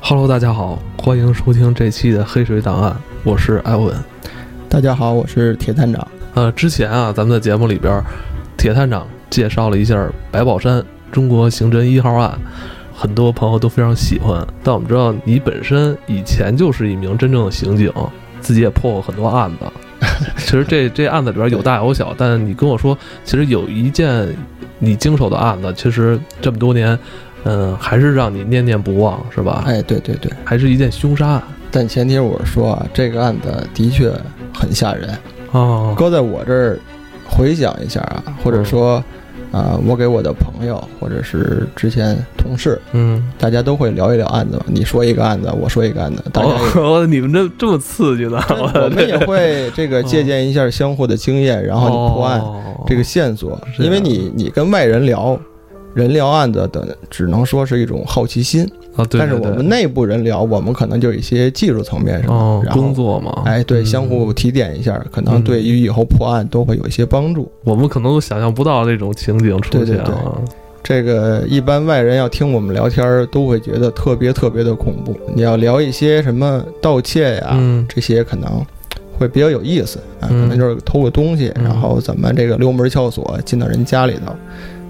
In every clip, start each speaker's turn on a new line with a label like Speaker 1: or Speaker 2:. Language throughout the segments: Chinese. Speaker 1: Hello，大家好，欢迎收听这期的《黑水档案》，我是艾文。
Speaker 2: 大家好，我是铁探长。
Speaker 1: 呃，之前啊，咱们的节目里边儿，铁探长介绍了一下白宝山中国刑侦一号案，很多朋友都非常喜欢。但我们知道你本身以前就是一名真正的刑警，自己也破过很多案子。 其实这这案子里边有大有小，但你跟我说，其实有一件你经手的案子，其实这么多年，嗯，还是让你念念不忘，是吧？
Speaker 2: 哎，对对对，
Speaker 1: 还是一件凶杀案
Speaker 2: 但前提我是说啊，这个案子的确很吓人。
Speaker 1: 哦
Speaker 2: 搁在我这儿回想一下
Speaker 1: 嗯
Speaker 2: 啊，或者说，啊、我给我的朋友或者是之前同事，
Speaker 1: 嗯，
Speaker 2: 大家都会聊一聊案子嘛。你说一个案子，我说一个案子，大家也、
Speaker 1: 哦，你们这这么刺激呢？
Speaker 2: 我们也会这个借鉴一下相互的经 验，然后你破案、
Speaker 1: 哦
Speaker 2: 这个线索，
Speaker 1: 是啊
Speaker 2: 因为你你跟外人聊。人聊案子的，只能说是一种好奇心，
Speaker 1: 啊，对，
Speaker 2: 但是
Speaker 1: 对对
Speaker 2: 我们内部人聊，我们可能就有一些技术层面上的，
Speaker 1: 哦
Speaker 2: 然后
Speaker 1: 工作嘛，
Speaker 2: 哎，对，
Speaker 1: 嗯
Speaker 2: 相互提点一下，可能对于以后破案都会有一些帮助。
Speaker 1: 我们可能都想象不到这种情景出
Speaker 2: 对对
Speaker 1: 现啊。
Speaker 2: 这个一般外人要听我们聊天儿，都会觉得特别特别的恐怖。你要聊一些什么盗窃呀、
Speaker 1: 嗯
Speaker 2: 这些，可能会比较有意思啊，可
Speaker 1: 嗯
Speaker 2: 能就是偷个东西，
Speaker 1: 嗯
Speaker 2: 然后怎么这个溜门撬锁进到人家里头。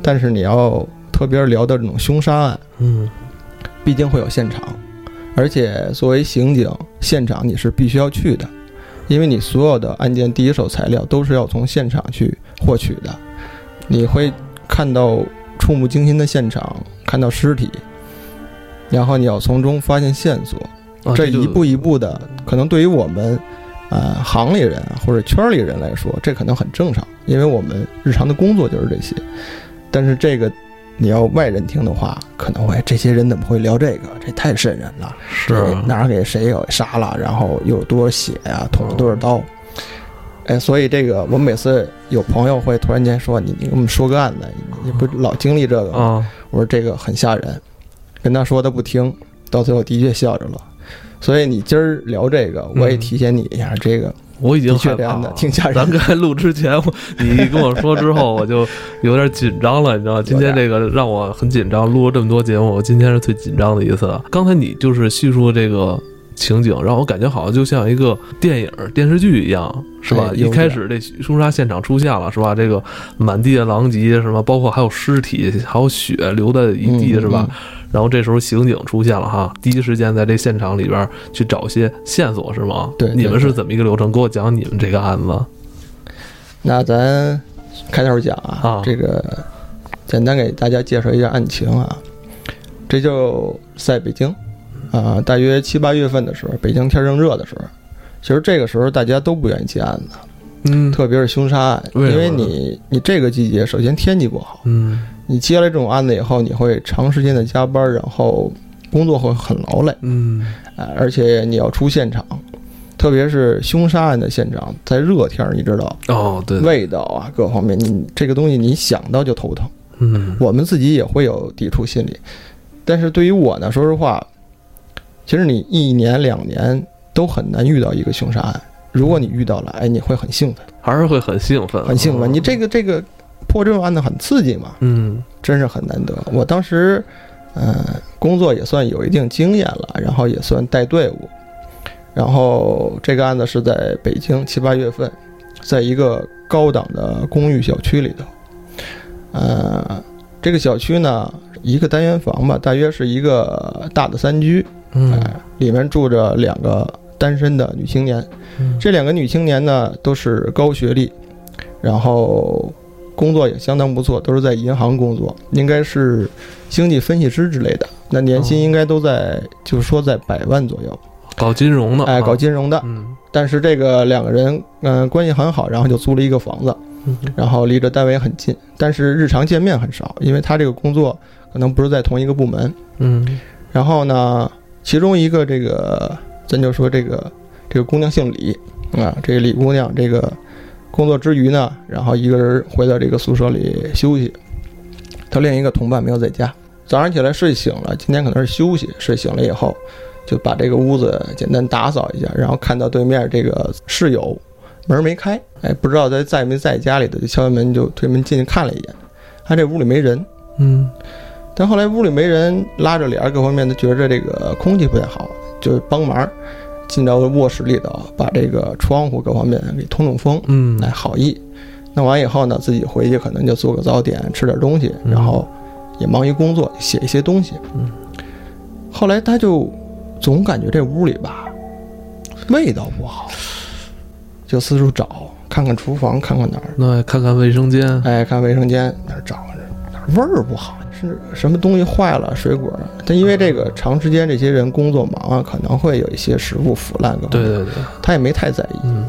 Speaker 2: 但是你要特别聊到这种凶杀案，
Speaker 1: 嗯，
Speaker 2: 必定会有现场，而且作为刑警，现场你是必须要去的，因为你所有的案件第一手材料都是要从现场去获取的，你会看到触目惊心的现场，看到尸体，然后你要从中发现线索，
Speaker 1: 啊
Speaker 2: 这
Speaker 1: 就
Speaker 2: 一步一步的，可能对于我们。呃，行里人或者圈里人来说，这可能很正常，因为我们日常的工作就是这些。但是这个你要外人听的话，可能会这些人怎么会聊这个？这太瘆人了！
Speaker 1: 是啊
Speaker 2: 这哪儿给谁给杀了？然后又有多少血呀、捅了多少刀？哎，所以这个我每次有朋友会突然间说：“你你给我们说个案子，你你不老经历这个吗
Speaker 1: 啊，？”
Speaker 2: 我说：“这个很吓人。”跟他说他不听，到最后的确笑着了。所以你今儿聊这个，我也
Speaker 1: 嗯
Speaker 2: 提醒你一下，这个
Speaker 1: 我已经
Speaker 2: 的确
Speaker 1: 害
Speaker 2: 这
Speaker 1: 怕
Speaker 2: 案子
Speaker 1: 了。
Speaker 2: 挺吓人的
Speaker 1: 咱。刚才录之前，我你跟我说之后，我就有点紧张了，你知道吗？今天这个让我很紧张，录了这么多节目，我今天是最紧张的一次。刚才你就是叙述这个情景，让我感觉好像就像一个电影、电视剧一样，是吧？
Speaker 2: 哎
Speaker 1: 一开始这凶杀现场出现了，是吧？这个满地的狼藉，什么包括还有尸体，还有血流的一地，
Speaker 2: 嗯
Speaker 1: 是吧？
Speaker 2: 嗯
Speaker 1: 然后这时候刑警出现了哈，第一时间在这现场里边去找一些线索，是吗？
Speaker 2: 对对
Speaker 1: 你们是
Speaker 2: 对
Speaker 1: 怎么一个流程？给我讲你们这个案子。
Speaker 2: 那咱开头讲啊，
Speaker 1: 啊
Speaker 2: 这个简单给大家介绍一下案情啊。这就在北京啊、大约七八月份的时候，北京天正热的时候，其实这个时候大家都不愿意接案子，
Speaker 1: 嗯
Speaker 2: 特别是凶杀案，因
Speaker 1: 为什么
Speaker 2: 为你你这个季节，首先天气不好，
Speaker 1: 嗯
Speaker 2: 你接了这种案子以后，你会长时间的加班，然后工作会很劳累。
Speaker 1: 嗯
Speaker 2: 啊，而且你要出现场，特别是凶杀案的现场，在热天儿，你知道，
Speaker 1: 哦对，
Speaker 2: 味道啊各方面，你这个东西你想到就头疼。
Speaker 1: 嗯
Speaker 2: 我们自己也会有抵触心理，但是对于我呢，说实话，其实你一年两年都很难遇到一个凶杀案。如果你遇到了，哎，你会很兴奋，
Speaker 1: 还是会很兴奋，
Speaker 2: 很兴奋。
Speaker 1: 嗯
Speaker 2: 你这个这个破这种案子很刺激嘛，
Speaker 1: 嗯
Speaker 2: 真是很难得。我当时，嗯、工作也算有一定经验了，然后也算带队伍，然后这个案子是在北京七八月份，在一个高档的公寓小区里头，呃，这个小区呢，一个单元房吧，大约是一个大的三居，
Speaker 1: 嗯
Speaker 2: 哎，里面住着两个单身的女青年。
Speaker 1: 嗯
Speaker 2: 这两个女青年呢，都是高学历，然后工作也相当不错，都是在银行工作，应该是经济分析师之类的。那年薪
Speaker 1: 哦
Speaker 2: 应该都在，就是说在百万左右，
Speaker 1: 搞金融的，
Speaker 2: 哎，搞
Speaker 1: 金
Speaker 2: 金融的。
Speaker 1: 哦嗯
Speaker 2: 但是这个两个人，嗯、关系很好，然后就租了一个房子，
Speaker 1: 嗯
Speaker 2: 然后离着单位很近，但是日常见面很少，因为他这个工作可能不是在同一个部门。
Speaker 1: 嗯
Speaker 2: 然后呢，其中一个这个，咱就说这个这个姑娘姓李啊，这个李姑娘这个工作之余呢，然后一个人回到这个宿舍里休息，她另一个同伴没有在家。早上起来睡醒了，今天可能是休息，睡醒了以后就把这个屋子简单打扫一下，然后看到对面这个室友门没开，哎，不知道他在没在家里头，就敲敲门就推门进去看了一眼，他这屋里没人，
Speaker 1: 嗯
Speaker 2: 但后来屋里没人，拉着帘儿各方面的，觉着这个空气不太好，就帮忙进到卧室里头，把这个窗户各方面给通通风，
Speaker 1: 嗯，
Speaker 2: 哎，好意。弄完以后呢，自己回去可能就做个早点，吃点东西，
Speaker 1: 嗯
Speaker 2: 然后也忙于工作，写一些东西。
Speaker 1: 嗯，
Speaker 2: 后来他就总感觉这屋里吧味道不好，就四处找，看看厨房，看看哪儿，
Speaker 1: 那看看卫生间，
Speaker 2: 哎，看卫生间哪儿找哪儿味儿不好，是什么东西坏了，水果儿。但因为这个长时间这些人工作忙啊，可能会有一些食物腐烂，
Speaker 1: 对，对对，
Speaker 2: 他也没太在意。
Speaker 1: 嗯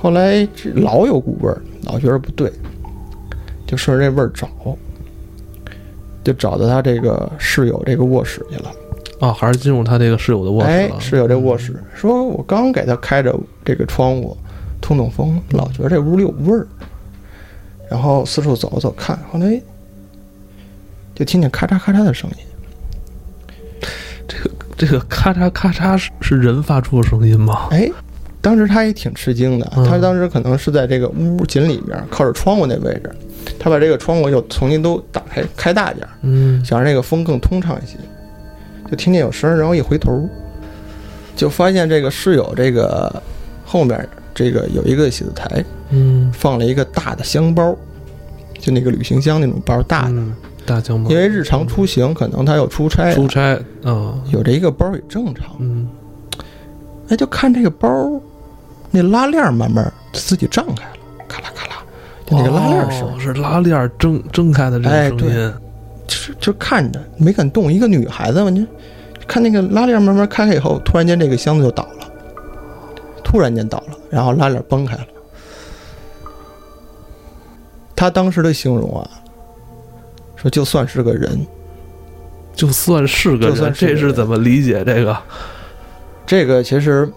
Speaker 2: 后来这老有股味儿，老觉得不对，就顺着这味儿找，就找到他这个室友这个卧室去了。
Speaker 1: 啊，还是进入他这个室友的卧室
Speaker 2: 哎，
Speaker 1: 了，嗯
Speaker 2: 室友这卧室，说我刚给他开着这个窗户通通风，老觉得这屋里有味儿，然后四处走走看，后来就听见咔嚓咔嚓的声音。
Speaker 1: 这个咔嚓咔嚓是是人发出的声音吗？
Speaker 2: 哎，当时他也挺吃惊的，
Speaker 1: 嗯
Speaker 2: 他当时可能是在这个屋紧里面靠着窗户那位置，他把这个窗户又重新都打开开大点儿。
Speaker 1: 嗯，
Speaker 2: 想让这个风更通畅一些，就听见有声儿，然后一回头，就发现这个室友这个后面这个有一个写字台，
Speaker 1: 嗯，
Speaker 2: 放了一个大的箱包，就那个旅行箱那种包大的，
Speaker 1: 嗯大江吗
Speaker 2: 因？为日常出行可能他要出差啊，
Speaker 1: 出差啊，
Speaker 2: 有这一个包也正常。
Speaker 1: 嗯，
Speaker 2: 哎，就看这个包，那拉链儿慢慢自己胀开了，咔啦咔啦，就那个拉链儿声
Speaker 1: 哦
Speaker 2: 儿，
Speaker 1: 是拉链儿睁睁开的这
Speaker 2: 哎
Speaker 1: 个声音，
Speaker 2: 就是就看着没敢动，一个女孩子嘛，你看那个拉链慢慢开开以后，突然间这个箱子就倒了，突然间倒了，然后拉链崩开了。他当时的形容啊，说就算是个人，
Speaker 1: 就算是个
Speaker 2: 就
Speaker 1: 人，
Speaker 2: 算是个
Speaker 1: 这
Speaker 2: 人
Speaker 1: 是怎么理解这个？
Speaker 2: 这个其实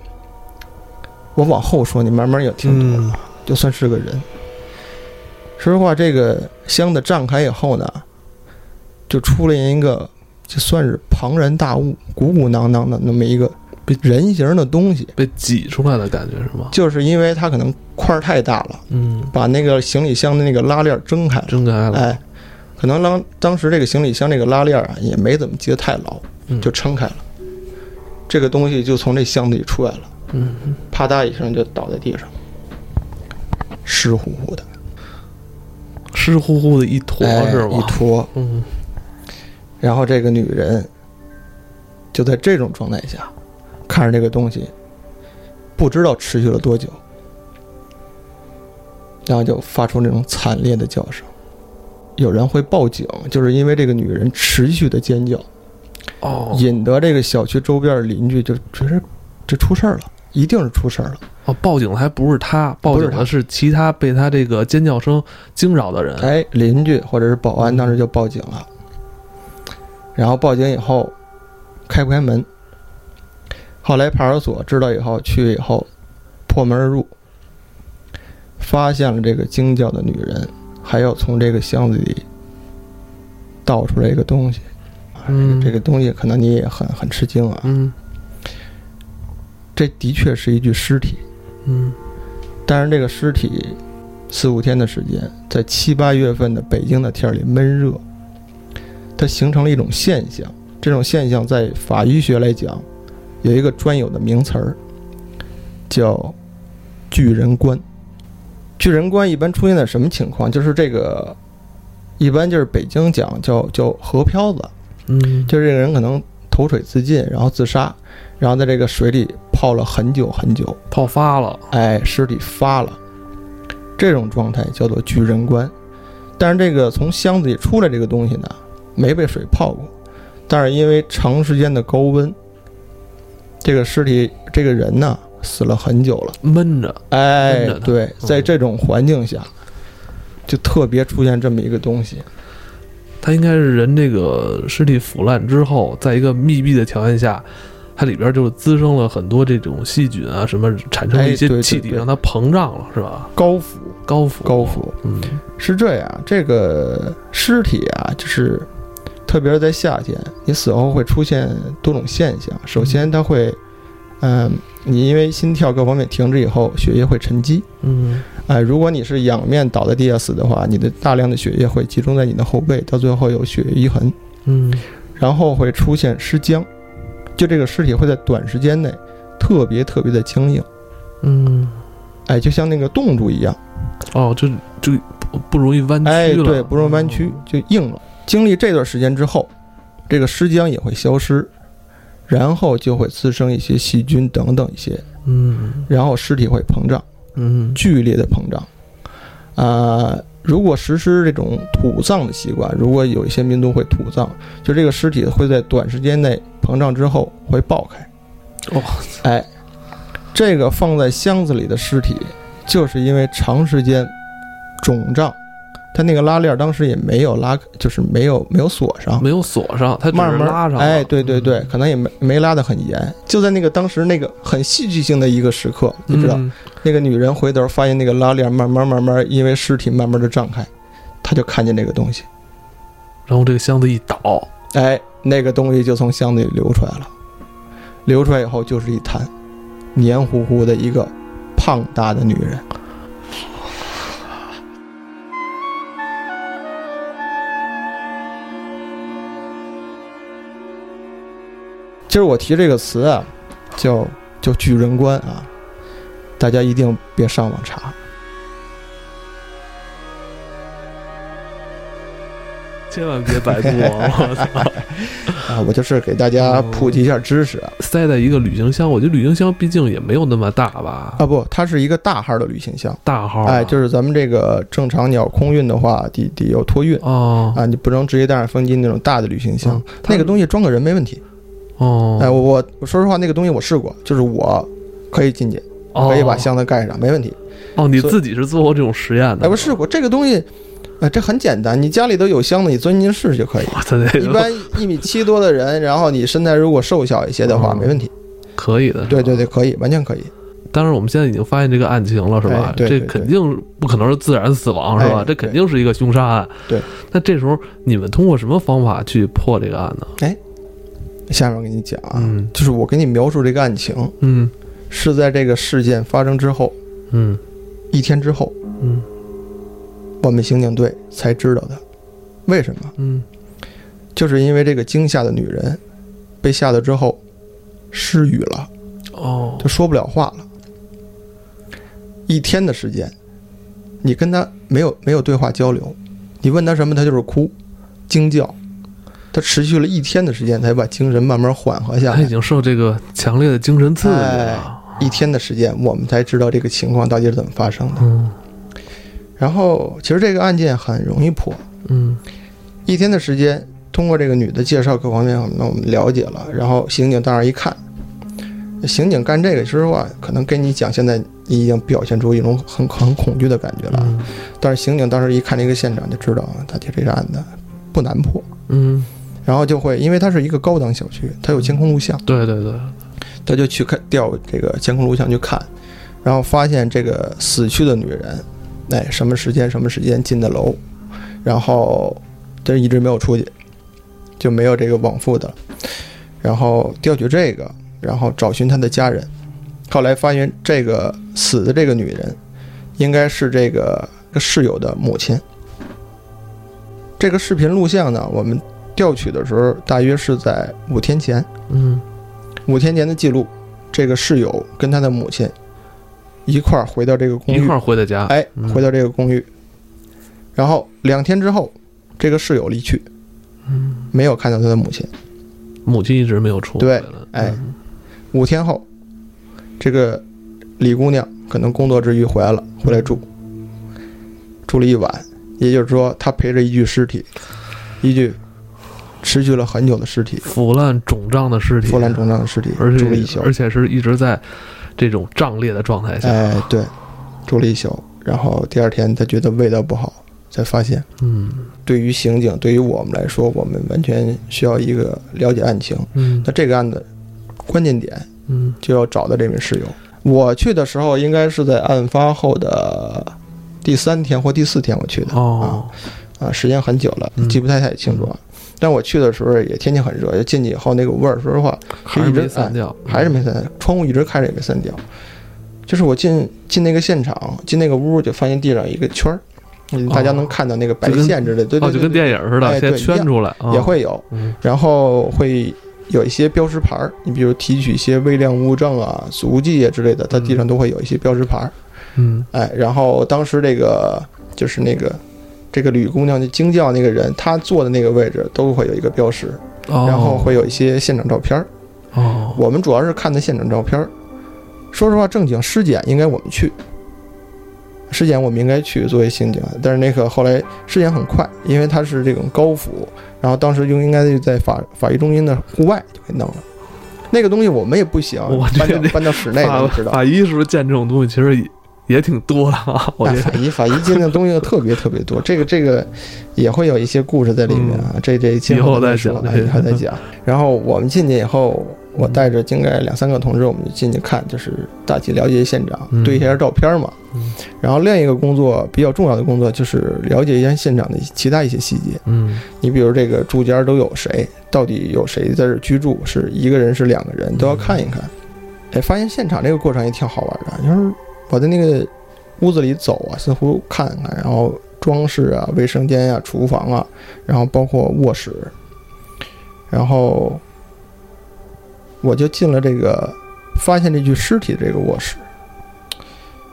Speaker 2: 我往后说，你慢慢也听懂了，
Speaker 1: 嗯
Speaker 2: 就算是个人。说实话，这个箱子胀开以后呢，就出了一个就算是庞然大物、鼓鼓囊囊的那么一个人形的东西，
Speaker 1: 被挤出来的感觉是吗？
Speaker 2: 就是因为它可能块儿太大了，
Speaker 1: 嗯，
Speaker 2: 把那个行李箱的那个拉链睁开了，
Speaker 1: 睁开了，
Speaker 2: 哎，可能当当时这个行李箱这个拉链啊也没怎么结太牢
Speaker 1: 嗯，
Speaker 2: 就撑开了，这个东西就从这箱子里出来了。
Speaker 1: 嗯，
Speaker 2: 啪嗒一声就倒在地上，湿乎乎的，
Speaker 1: 湿乎乎的一坨
Speaker 2: 哎
Speaker 1: 是
Speaker 2: 一
Speaker 1: 吗？
Speaker 2: 坨。
Speaker 1: 嗯，
Speaker 2: 然后这个女人就在这种状态下看着这个东西，不知道持续了多久，然后就发出那种惨烈的叫声。有人会报警，就是因为这个女人持续的尖叫，
Speaker 1: 哦
Speaker 2: 引得这个小区周边的邻居就觉得这出事儿了，一定是出事儿了。
Speaker 1: 哦，报警的还不是他，报警的是其他被他这个尖叫声惊扰的人。
Speaker 2: 哎，邻居或者是保安当时就报警了，然后报警以后，开不开门？后来派出所知道以后去以后，破门而入，发现了这个惊叫的女人，还有从这个箱子里倒出来一个东西，啊
Speaker 1: 嗯
Speaker 2: 这个东西可能你也很很吃惊啊，
Speaker 1: 嗯
Speaker 2: 这的确是一具尸体，
Speaker 1: 嗯，
Speaker 2: 但是这个尸体四五天的时间，在七八月份的北京的天儿里闷热，它形成了一种现象。这种现象在法医学来讲，有一个专有的名词儿，叫“巨人观”。巨人观一般出现在什么情况？就是这个，一般就是北京讲叫叫河漂子，
Speaker 1: 嗯，
Speaker 2: 就是这个人可能投水自尽，然后自杀，然后在这个水里泡了很久很久，
Speaker 1: 泡发了。
Speaker 2: 哎，尸体发了，这种状态叫做巨人观。但是这个从箱子里出来这个东西呢，没被水泡过，但是因为长时间的高温，这个尸体这个人呢死了很久了。
Speaker 1: 闷着，
Speaker 2: 哎
Speaker 1: 闷着，呢
Speaker 2: 对，
Speaker 1: 嗯
Speaker 2: 在这种环境下，就特别出现这么一个东西。
Speaker 1: 它应该是人这个尸体腐烂之后，在一个密闭的条件下，它里边就滋生了很多这种细菌啊，什么产生了一
Speaker 2: 哎对
Speaker 1: 些
Speaker 2: 对
Speaker 1: 气体，
Speaker 2: 对
Speaker 1: 让它膨胀了，是吧？
Speaker 2: 高腐，
Speaker 1: 高腐，
Speaker 2: 高，腐
Speaker 1: 嗯
Speaker 2: 是这样，这个尸体啊，就是特别是在夏天，你死后会出现多种现象。首先，它会，嗯、你因为心跳各方面停止以后，血液会沉积。
Speaker 1: 嗯
Speaker 2: 哎、如果你是仰面倒在地下死的话，你的大量的血液会集中在你的后背，到最后有血液遗痕。
Speaker 1: 嗯
Speaker 2: 然后会出现尸僵，就这个尸体会在短时间内特别特别的僵硬，
Speaker 1: 嗯，
Speaker 2: 哎，就像那个冻住一样，
Speaker 1: 哦，就就不不容易弯曲了，哦
Speaker 2: 哎，对，不容易弯曲，就硬了。经历这段时间之后，这个尸僵也会消失，然后就会滋生一些细菌等等一些，
Speaker 1: 嗯，
Speaker 2: 然后尸体会膨胀，
Speaker 1: 嗯嗯，
Speaker 2: 剧烈的膨胀。啊、如果实施这种土葬的习惯，如果有一些民族会土葬，就这个尸体会在短时间内膨胀之后会爆开。
Speaker 1: 哦，
Speaker 2: 哎，这个放在箱子里的尸体，就是因为长时间肿胀，它那个拉链当时也没有拉，就是没有没有锁上，
Speaker 1: 没有锁上，它只
Speaker 2: 慢
Speaker 1: 是
Speaker 2: 慢
Speaker 1: 拉上了，嗯
Speaker 2: 哎，对对对，可能也没没拉得很严，就在那个当时那个很戏剧性的一个时刻，你
Speaker 1: 嗯，
Speaker 2: 知道，那个女人回头发现那个拉链慢慢慢慢因为尸体慢慢的胀开，她就看见那个东西，
Speaker 1: 然后这个箱子一倒，
Speaker 2: 哎，那个东西就从箱子里流出来了，流出来以后就是一滩黏糊糊的一个胖大的女人。今儿我提这个词啊，叫叫巨人观啊，大家一定别上网查。
Speaker 1: 千万别白做，我 操！
Speaker 2: 啊，我就是给大家普及一下知识啊！
Speaker 1: 塞在一个旅行箱，我觉得旅行箱毕竟也没有那么大吧，
Speaker 2: 啊，不，它是一个大号的旅行箱，
Speaker 1: 大号啊，
Speaker 2: 哎，就是咱们这个正常你要空运的话，得得有托运
Speaker 1: 哦
Speaker 2: 啊，你不能直接带上飞机那种大的旅行箱
Speaker 1: 嗯，它
Speaker 2: 那个东西装个人没问题。
Speaker 1: 哦，
Speaker 2: 哎，我我我说实话，那个东西我试过，就是我可以进去，
Speaker 1: 哦
Speaker 2: 可以把箱子盖上，没问题。
Speaker 1: 哦，你
Speaker 2: 所以
Speaker 1: 自己是做过这种实验的吗？
Speaker 2: 哎，我试过这个东西，哎，这很简单，你家里头有箱子，你钻进去试试就 可以。
Speaker 1: 我操，这
Speaker 2: 一般一米七多的人，然后你身材如果瘦小一些的话，
Speaker 1: 嗯
Speaker 2: 没问题。
Speaker 1: 可以的，
Speaker 2: 对对。对，可以，完全可以。
Speaker 1: 当然，我们现在已经发现这个案情了，是吧
Speaker 2: 哎？对对
Speaker 1: 这肯定不可能是自然死亡，是吧？
Speaker 2: 哎
Speaker 1: 这肯定是一个凶杀案。
Speaker 2: 对。
Speaker 1: 那这时候你们通过什么方法去破这个案呢？
Speaker 2: 下面我跟你讲啊，
Speaker 1: 嗯
Speaker 2: 就是我给你描述这个案情，
Speaker 1: 嗯
Speaker 2: 是在这个事件发生之后
Speaker 1: 嗯
Speaker 2: 一天之后，
Speaker 1: 嗯
Speaker 2: 我们刑警队才知道的。为什么？
Speaker 1: 嗯，
Speaker 2: 就是因为这个惊吓的女人被吓得之后失语了，
Speaker 1: 哦，
Speaker 2: 她说不了话了。一天的时间，你跟她没有没有对话交流，你问她什么，她就是哭、惊叫。她持续了一天的时间，才把精神慢慢缓和下
Speaker 1: 他已
Speaker 2: 来。
Speaker 1: 经受这个强烈的精神刺激了。
Speaker 2: 一天的时间，我们才知道这个情况到底是怎么发生的。
Speaker 1: 嗯
Speaker 2: 然后，其实这个案件很容易破，
Speaker 1: 嗯
Speaker 2: 一天的时间，通过这个女的介绍各方面，我们我们了解了。然后刑警到那儿一看，刑警干这个时候啊，可能跟你讲，现在你已经表现出一种很很恐惧的感觉了。
Speaker 1: 嗯
Speaker 2: 但是刑警当时一看这个现场，就知道啊，他这这个案子不难破。
Speaker 1: 嗯，
Speaker 2: 然后就会，因为它是一个高档小区，它有监控录像，
Speaker 1: 对对对，
Speaker 2: 他就去看调这个监控录像去看，然后发现这个死去的女人，哎，什么时间什么时间进的楼，然后就一直没有出去，就没有这个往复的，然后调取这个，然后找寻她的家人，后来发现这个死的这个女人，应该是这个室友的母亲。这个视频录像呢，我们调取的时候大约是在五天前。
Speaker 1: 嗯
Speaker 2: 五天前的记录，这个室友跟他的母亲一块儿回到这个公
Speaker 1: 一
Speaker 2: 寓
Speaker 1: 块，儿回的家。
Speaker 2: 哎
Speaker 1: 嗯，
Speaker 2: 回到这个公寓，然后两天之后，这个室友离去，没有看到他的母亲。
Speaker 1: 母亲一直没有出来
Speaker 2: 对
Speaker 1: 了。
Speaker 2: 哎
Speaker 1: 嗯
Speaker 2: 五天后，这个李姑娘可能工作之余回来了，回来住，住了一晚，也就是说，她陪着一具尸体，一具持续了很久的尸体，
Speaker 1: 腐烂肿胀的尸体，
Speaker 2: 腐烂肿胀的尸体，
Speaker 1: 而
Speaker 2: 住了一宿
Speaker 1: 且。而且是一直在这种胀裂的状态下。
Speaker 2: 哎，对，住了一宿，然后第二天他觉得味道不好，才发现。
Speaker 1: 嗯
Speaker 2: 对于刑警，对于我们来说，我们完全需要一个了解案情。
Speaker 1: 嗯
Speaker 2: 那这个案子关键点
Speaker 1: 嗯
Speaker 2: 就要找到这名室友。我去的时候应该是在案发后的第三天或第四天我去的
Speaker 1: 哦
Speaker 2: 啊，时间很久了
Speaker 1: 嗯，
Speaker 2: 记不太太清楚啊。但我去的时候也天气很热，就进去以后那个味儿，说实话
Speaker 1: 还是没散掉，
Speaker 2: 哎
Speaker 1: 嗯
Speaker 2: 还是没散，窗户一直开着也没散掉。就是我进进那个现场，进那个屋就发现地上一个圈儿，嗯大家能看到那个白
Speaker 1: 哦就跟
Speaker 2: 线之类的，对对
Speaker 1: 哦，
Speaker 2: 对
Speaker 1: 就跟
Speaker 2: 对
Speaker 1: 电影似的，
Speaker 2: 哎
Speaker 1: 先
Speaker 2: 对
Speaker 1: 圈出来，啊
Speaker 2: 也，会有，
Speaker 1: 嗯
Speaker 2: 然后会有一些标识牌儿，你比如提取一些微量物证啊、足迹啊之类的，它地上都会有一些标识牌儿。
Speaker 1: 嗯
Speaker 2: 哎，然后当时这个就是那个这个吕姑娘就惊叫那个人，她坐的那个位置都会有一个标识，
Speaker 1: 哦，
Speaker 2: 然后会有一些现场照片儿。
Speaker 1: 哦，
Speaker 2: 我们主要是看的现场照片儿。说实话，正经尸检应该我们去，尸检我们应该去作为刑警，但是那个后来尸检很快，因为它是这种高府，然后当时就应该就在法法医中心的户外就给弄了。那个东西我们也不行
Speaker 1: 我，觉
Speaker 2: 搬
Speaker 1: 得
Speaker 2: 到搬到室内的，
Speaker 1: 法
Speaker 2: 你知道。
Speaker 1: 法医是不是见这种东西其实也也挺多的 啊？我
Speaker 2: 哎，
Speaker 1: 觉
Speaker 2: 法
Speaker 1: 得，
Speaker 2: 医法医鉴定的东西特别特别多，这个这个也会有一些故事在里面啊。这这今
Speaker 1: 嗯以后再
Speaker 2: 说
Speaker 1: 讲，
Speaker 2: 哎
Speaker 1: 这
Speaker 2: 以
Speaker 1: 个
Speaker 2: 后再 讲。然后我们进去以后，我带
Speaker 1: 嗯
Speaker 2: 着应该两三个同志，我们就进去看，就是大体了解现场，
Speaker 1: 嗯
Speaker 2: 对一下照片嘛
Speaker 1: 嗯。
Speaker 2: 然后另一个工作比较重要的工作就是了解一下现场的其他一些细节。
Speaker 1: 嗯
Speaker 2: 你比如这个住家都有谁，到底有谁在这儿居住，是一个人是两个人，都要看一看。哎，发现现场这个过程也挺好玩的，就是我在那个屋子里走啊，似乎看看，然后装饰啊、卫生间啊、厨房啊，然后包括卧室，然后我就进了这个发现这具尸体的这个卧室。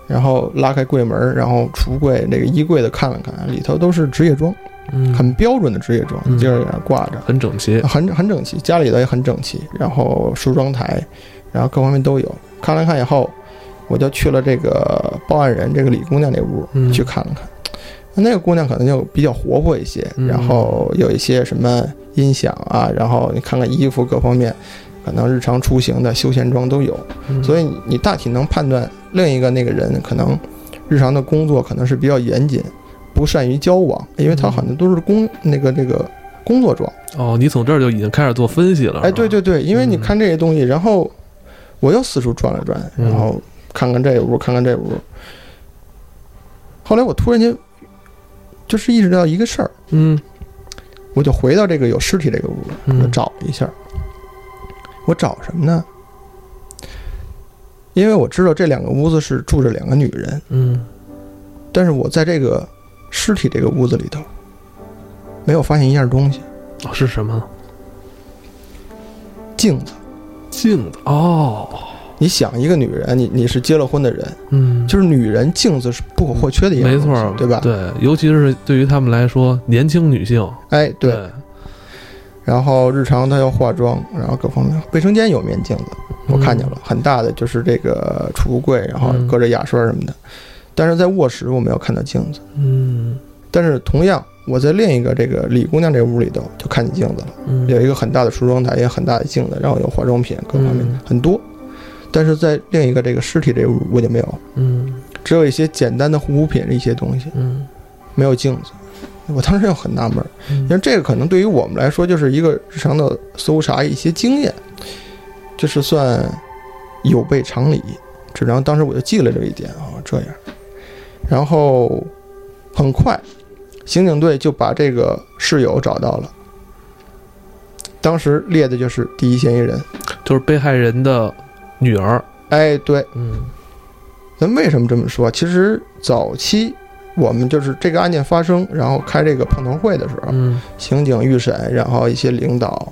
Speaker 2: 然后拉开柜门，然后橱柜那个衣柜的看了看，里头都是职业装。
Speaker 1: 嗯，
Speaker 2: 很标准的职业装，
Speaker 1: 嗯
Speaker 2: 就是那挂着，
Speaker 1: 很整齐，
Speaker 2: 很很整齐，家里头也很整齐，然后梳妆台，然后各方面都有。看了看以后，我就去了这个报案人这个李姑娘那屋、
Speaker 1: 嗯
Speaker 2: 去看了看。那个姑娘可能就比较活泼一些，
Speaker 1: 嗯
Speaker 2: 然后有一些什么音响啊，然后你看看衣服各方面，可能日常出行的休闲装都有。所
Speaker 1: 以
Speaker 2: 以你你大体能判断另一个那个人可能日常的工作可能是比较严谨，不善于交往，因为他
Speaker 1: 嗯
Speaker 2: 好像都是工那个这个工作状。
Speaker 1: 哦，你从这儿就已经开始做分析了，
Speaker 2: 哎，对
Speaker 1: 是吧，
Speaker 2: 对对，因为你
Speaker 1: 啊嗯
Speaker 2: 看这些东西，然后我又四处转了转，
Speaker 1: 嗯
Speaker 2: 然后看看这屋，看看这屋。后来我突然间就是意识到一个事儿，
Speaker 1: 嗯
Speaker 2: 我就回到这个有尸体这个屋了，我
Speaker 1: 嗯，
Speaker 2: 找了一下，我找什么呢？因为我知道这两个屋子是住着两个女人，
Speaker 1: 嗯
Speaker 2: 但是我在这个尸体这个屋子里头，没有发现一样东西，
Speaker 1: 哦是什么呢？
Speaker 2: 镜子。
Speaker 1: 镜子哦，
Speaker 2: 你想，一个女人，你你是结了婚的人，
Speaker 1: 嗯，
Speaker 2: 就是女人镜子是不可或缺的一样
Speaker 1: 没
Speaker 2: 东西，
Speaker 1: 错，
Speaker 2: 对吧？
Speaker 1: 对，尤其是对于他们来说，年轻女性，
Speaker 2: 哎，对。
Speaker 1: 对，
Speaker 2: 然后日常她要化妆，然后各方面，卫生间有面镜子，我看见
Speaker 1: 嗯
Speaker 2: 了，很大的，就是这个储物柜，然后
Speaker 1: 嗯
Speaker 2: 搁着牙刷什么的。但是在卧室我没有看到镜子，
Speaker 1: 嗯
Speaker 2: 但是同样我在另一个这个李姑娘这屋里头就看见镜子了。
Speaker 1: 嗯，
Speaker 2: 有一个很大的梳妆台，也有很大的镜子，然后有化妆品，各方面
Speaker 1: 嗯
Speaker 2: 很多。但是在另一个这个尸体这屋我就没有，
Speaker 1: 嗯
Speaker 2: 只有一些简单的护肤品一些东西，
Speaker 1: 嗯
Speaker 2: 没有镜子。我当时就很纳闷儿，因
Speaker 1: 嗯，
Speaker 2: 为这个可能对于我们来说就是一个日常的搜查一些经验，就是算有悖常理。只能当时我就记了这一点啊、这样。然后很快，刑警队就把这个室友找到了。当时列的就是第一嫌疑人。
Speaker 1: 就是被害人的女儿，
Speaker 2: 哎，对，
Speaker 1: 嗯
Speaker 2: 咱为什么这么说？其实早期我们就是这个案件发生，然后开这个碰头会的时候，
Speaker 1: 嗯
Speaker 2: 刑警预审，然后一些领导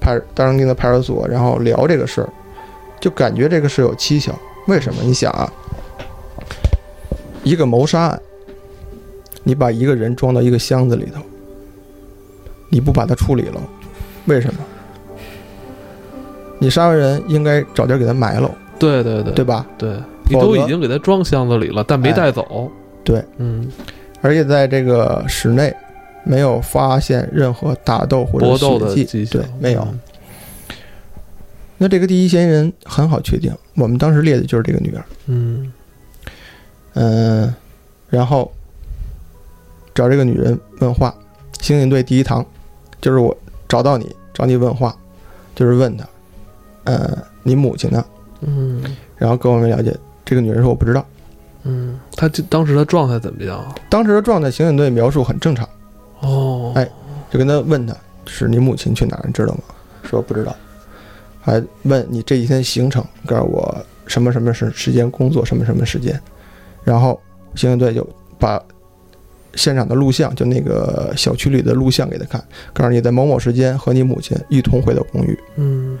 Speaker 2: 派当地的派出所，然后聊这个事儿，就感觉这个事有蹊跷。为什么？你想啊，一个谋杀案，你把一个人装到一个箱子里头，你不把他处理了，为什么？你杀完人应该找地儿给他埋了，
Speaker 1: 对对对
Speaker 2: 对吧？
Speaker 1: 对，你
Speaker 2: 否
Speaker 1: 都
Speaker 2: 则
Speaker 1: 已经给他装箱子里了，但没
Speaker 2: 哎
Speaker 1: 带走。
Speaker 2: 对，
Speaker 1: 嗯，
Speaker 2: 而且在这个室内没有发现任何打斗或者
Speaker 1: 搏斗的
Speaker 2: 血
Speaker 1: 迹
Speaker 2: 迹，
Speaker 1: 象
Speaker 2: 对，没有。
Speaker 1: 嗯
Speaker 2: 那这个第一嫌疑人很好确定，我们当时列的就是这个女儿。
Speaker 1: 嗯
Speaker 2: 嗯、然后找这个女人问话，刑警队第一堂就是我找到你，找你问话，就是问她，呃，你母亲呢？
Speaker 1: 嗯
Speaker 2: 然后跟我们了解，这个女人说我不知道。
Speaker 1: 嗯，他就当时的状态怎么样？
Speaker 2: 当时的状态，刑警队描述很正常，
Speaker 1: 哦，
Speaker 2: 哎就跟她问她，是你母亲去哪儿，你知道吗？说不知道，还问你这几天行程，告诉我什么什么时时间工作，什么什么时间，然后刑警队就把现场的录像，就那个小区里的录像给他看，告诉你在某某时间和你母亲一同回到公寓。
Speaker 1: 嗯，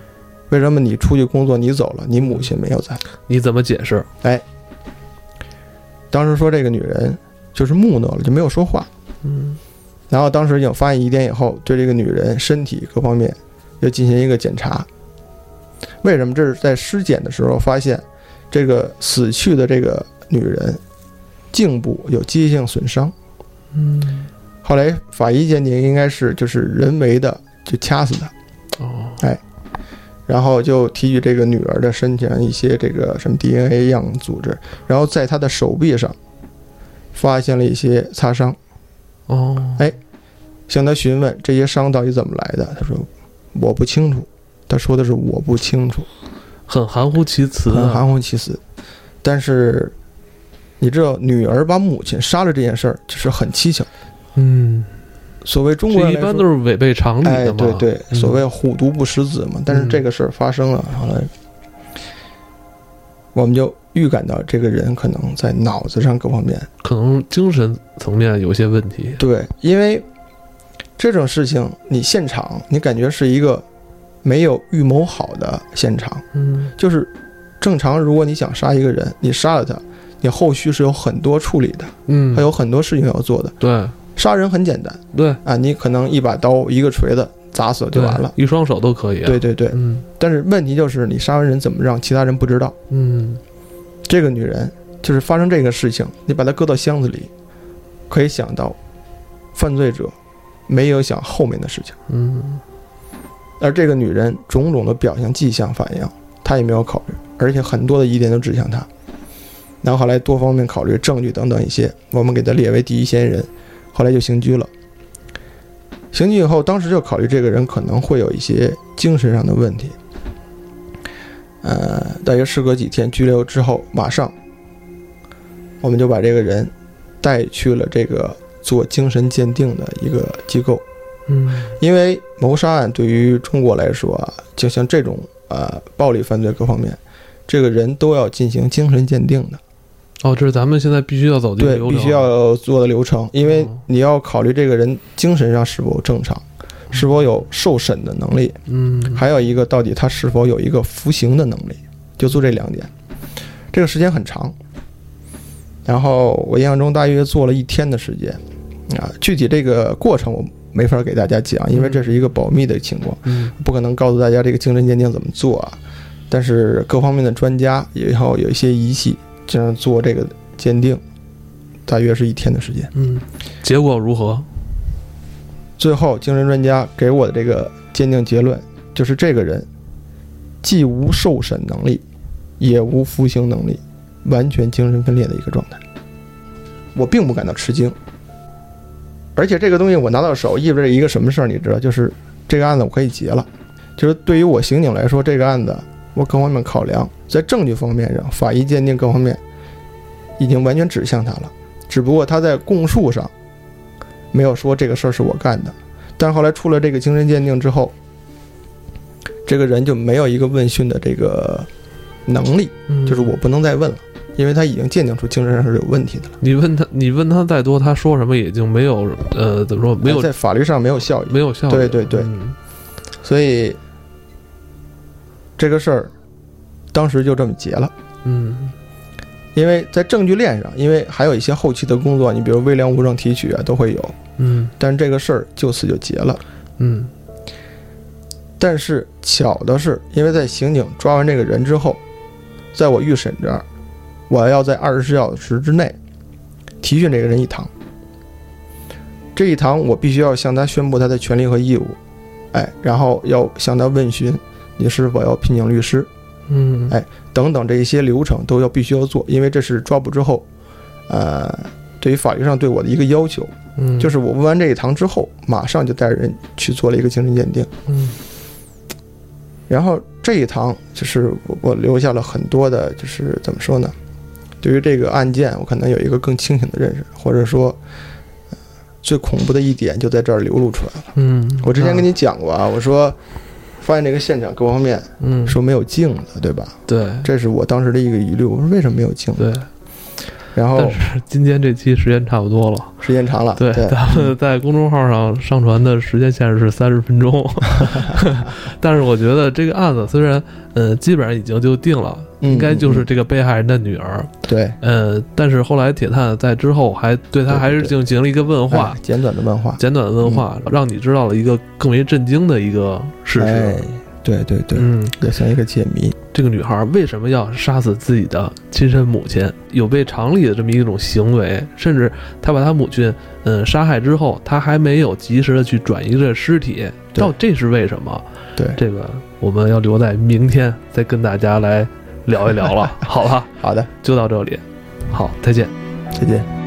Speaker 2: 为什么你出去工作你走了，你母亲没有在？
Speaker 1: 你怎么解释？
Speaker 2: 当时说这个女人就是木讷了，就没有说话。
Speaker 1: 嗯
Speaker 2: 然后当时已经发现疑点以后，对这个女人身体各方面又进行一个检查。为什么？这是在尸检的时候发现，这个死去的这个女人颈部有机械性损伤。
Speaker 1: 嗯，
Speaker 2: 后来法医鉴定应该是就是人为的就掐死的，
Speaker 1: 哦，
Speaker 2: 然后就提取这个女儿的身体上一些这个什么 DNA 样组织，然后在她的手臂上发现了一些擦伤，
Speaker 1: 哦，
Speaker 2: 向他询问这些伤到底怎么来的，他说我不清楚，他说的是我不清楚，
Speaker 1: 很含糊其辞
Speaker 2: 很
Speaker 1: 啊。
Speaker 2: 含糊其辞。但是你知道，女儿把母亲杀了这件事儿，就是很蹊跷。
Speaker 1: 嗯，
Speaker 2: 所谓中国
Speaker 1: 这
Speaker 2: 人
Speaker 1: 一
Speaker 2: 来
Speaker 1: 般
Speaker 2: 说
Speaker 1: 都是违背常理
Speaker 2: 哎，
Speaker 1: 的嘛。
Speaker 2: 对对，
Speaker 1: 嗯
Speaker 2: 所谓虎毒不食子嘛。但是
Speaker 1: 嗯
Speaker 2: 这个事儿发生了，后来我们就预感到这个人可能在脑子上各方面
Speaker 1: 可能精神层面有些问题。
Speaker 2: 对，因为这种事情你现场你感觉是一个没有预谋好的现场，
Speaker 1: 嗯
Speaker 2: 就是正常如果你想杀一个人，你杀了他，你后续是有很多处理的，
Speaker 1: 嗯，
Speaker 2: 还有很多事情要做的。
Speaker 1: 对
Speaker 2: 杀人很简单
Speaker 1: 对
Speaker 2: 啊，你可能一把刀一个锤子砸死就完了。，
Speaker 1: 一双手都可以。
Speaker 2: 对，对对，
Speaker 1: 嗯
Speaker 2: 但是问题就是，你杀完人怎么让其他人不知道？
Speaker 1: 嗯
Speaker 2: 这个女人就是发生这个事情，你把她搁到箱子里，可以想到，犯罪者没有想后面的事情，
Speaker 1: 嗯，
Speaker 2: 而这个女人种种的表现迹象反应，她也没有考虑，而且很多的疑点都指向她。然后后来多方面考虑证据等等一些，我们给她列为第一嫌疑人，后来就刑拘了。刑拘以后，当时就考虑这个人可能会有一些精神上的问题。呃，大约事隔几天拘留之后，马上我们就把这个人带去了这个做精神鉴定的一个机构。
Speaker 1: 嗯
Speaker 2: 因为谋杀案对于中国来说啊，就像这种呃暴力犯罪各方面，这个人都要进行精神鉴定的，
Speaker 1: 哦，这是咱们现在必须要走进
Speaker 2: 对，
Speaker 1: 流
Speaker 2: 必
Speaker 1: 程，
Speaker 2: 须要做的流程，因为你要考虑这个人精神上是否正常，是否有受审的能力，
Speaker 1: 嗯，
Speaker 2: 还有一个到底他是否有一个服刑的能力，就做这两点。这个时间很长，然后我印象中大约做了一天的时间，啊，具体这个过程我没法给大家讲，因为这是一个保密的情况。
Speaker 1: 嗯
Speaker 2: 不可能告诉大家这个精神鉴定怎么做啊。但是各方面的专家也后有一些仪器，这样做这个鉴定，大约是一天的时间。
Speaker 1: 嗯，结果如何？
Speaker 2: 最后，精神专家给我的这个鉴定结论就是，这个人既无受审能力，也无服刑能力，完全精神分裂的一个状态。我并不感到吃惊，而且这个东西我拿到手意味着一个什么事儿，你知道，就是这个案子我可以结了。就是对于我刑警来说，这个案子我各方面考量，在证据方面上，法医鉴定各方面已经完全指向他了，只不过他在供述上。没有说这个事儿是我干的。但是后来出了这个精神鉴定之后，这个人就没有一个问讯的这个能力，
Speaker 1: 嗯，
Speaker 2: 就是我不能再问了，因为他已经鉴定出精神上是有问题的了，
Speaker 1: 你问他，你问他再多，他说什么已经没有，呃，怎么说，没有
Speaker 2: 在法律上没有效益，
Speaker 1: 没有效果。
Speaker 2: 对对对
Speaker 1: 嗯
Speaker 2: 所以这个事儿当时就这么结了。
Speaker 1: 嗯
Speaker 2: 因为在证据链上，因为还有一些后期的工作，你比如微量物证提取啊都会有，
Speaker 1: 嗯
Speaker 2: 但是这个事儿就此就结了。
Speaker 1: 嗯
Speaker 2: 但是巧的是，因为在刑警抓完这个人之后，在我预审这儿，我要在二十四小时之内提讯这个人一堂。这一堂我必须要向他宣布他的权利和义务，哎，然后要向他问询你是否要聘请律师
Speaker 1: 嗯，
Speaker 2: 哎等等这一些流程都要必须要做，因为这是抓捕之后，呃，对于法律上对我的一个要求，
Speaker 1: 嗯，
Speaker 2: 就是我问完这一堂之后，马上就带着人去做了一个精神鉴定。
Speaker 1: 嗯
Speaker 2: 然后这一堂就是我我留下了很多的，就是怎么说呢？对于这个案件，我可能有一个更清醒的认识，或者说，呃最恐怖的一点就在这儿流露出来了。
Speaker 1: 嗯，
Speaker 2: 我之前跟你讲过啊，我说发现这个现场各方面
Speaker 1: 嗯
Speaker 2: 说没有镜子，对吧？
Speaker 1: 对
Speaker 2: 这是我当时的一个疑虑，我说为什么没有镜子？
Speaker 1: 对，
Speaker 2: 然后
Speaker 1: 但是今天这期时间差不多了，
Speaker 2: 时间长了，
Speaker 1: 对，
Speaker 2: 嗯对
Speaker 1: 咱们在公众号上上传的时间限制是三十分 钟，但是我觉得这个案子虽然，呃，基本上已经就定了，
Speaker 2: 应
Speaker 1: 应该
Speaker 2: 嗯
Speaker 1: 就是这个被害人的女儿，
Speaker 2: 对
Speaker 1: 呃，但是后来铁探在之后还对他还是
Speaker 2: 对对
Speaker 1: 进行了一个问话
Speaker 2: 哎，简短的漫画
Speaker 1: 简短的问话，
Speaker 2: 嗯
Speaker 1: 让你知道了一个更为震惊的一个事
Speaker 2: 哎
Speaker 1: 实，，
Speaker 2: 对对对，
Speaker 1: 嗯，
Speaker 2: 也算一个解谜，
Speaker 1: 这个女孩为什么要杀死自己的亲生母亲？有悖常理的这么一种行为，甚至她把她母亲嗯杀害之后，她还没有及时的去转移这尸体，
Speaker 2: 对
Speaker 1: 到底这是为什么？
Speaker 2: 对，
Speaker 1: 这个我们要留在明天再跟大家来聊一聊了，好吧？
Speaker 2: 好的，
Speaker 1: 就到这里，好，再见。
Speaker 2: 再见。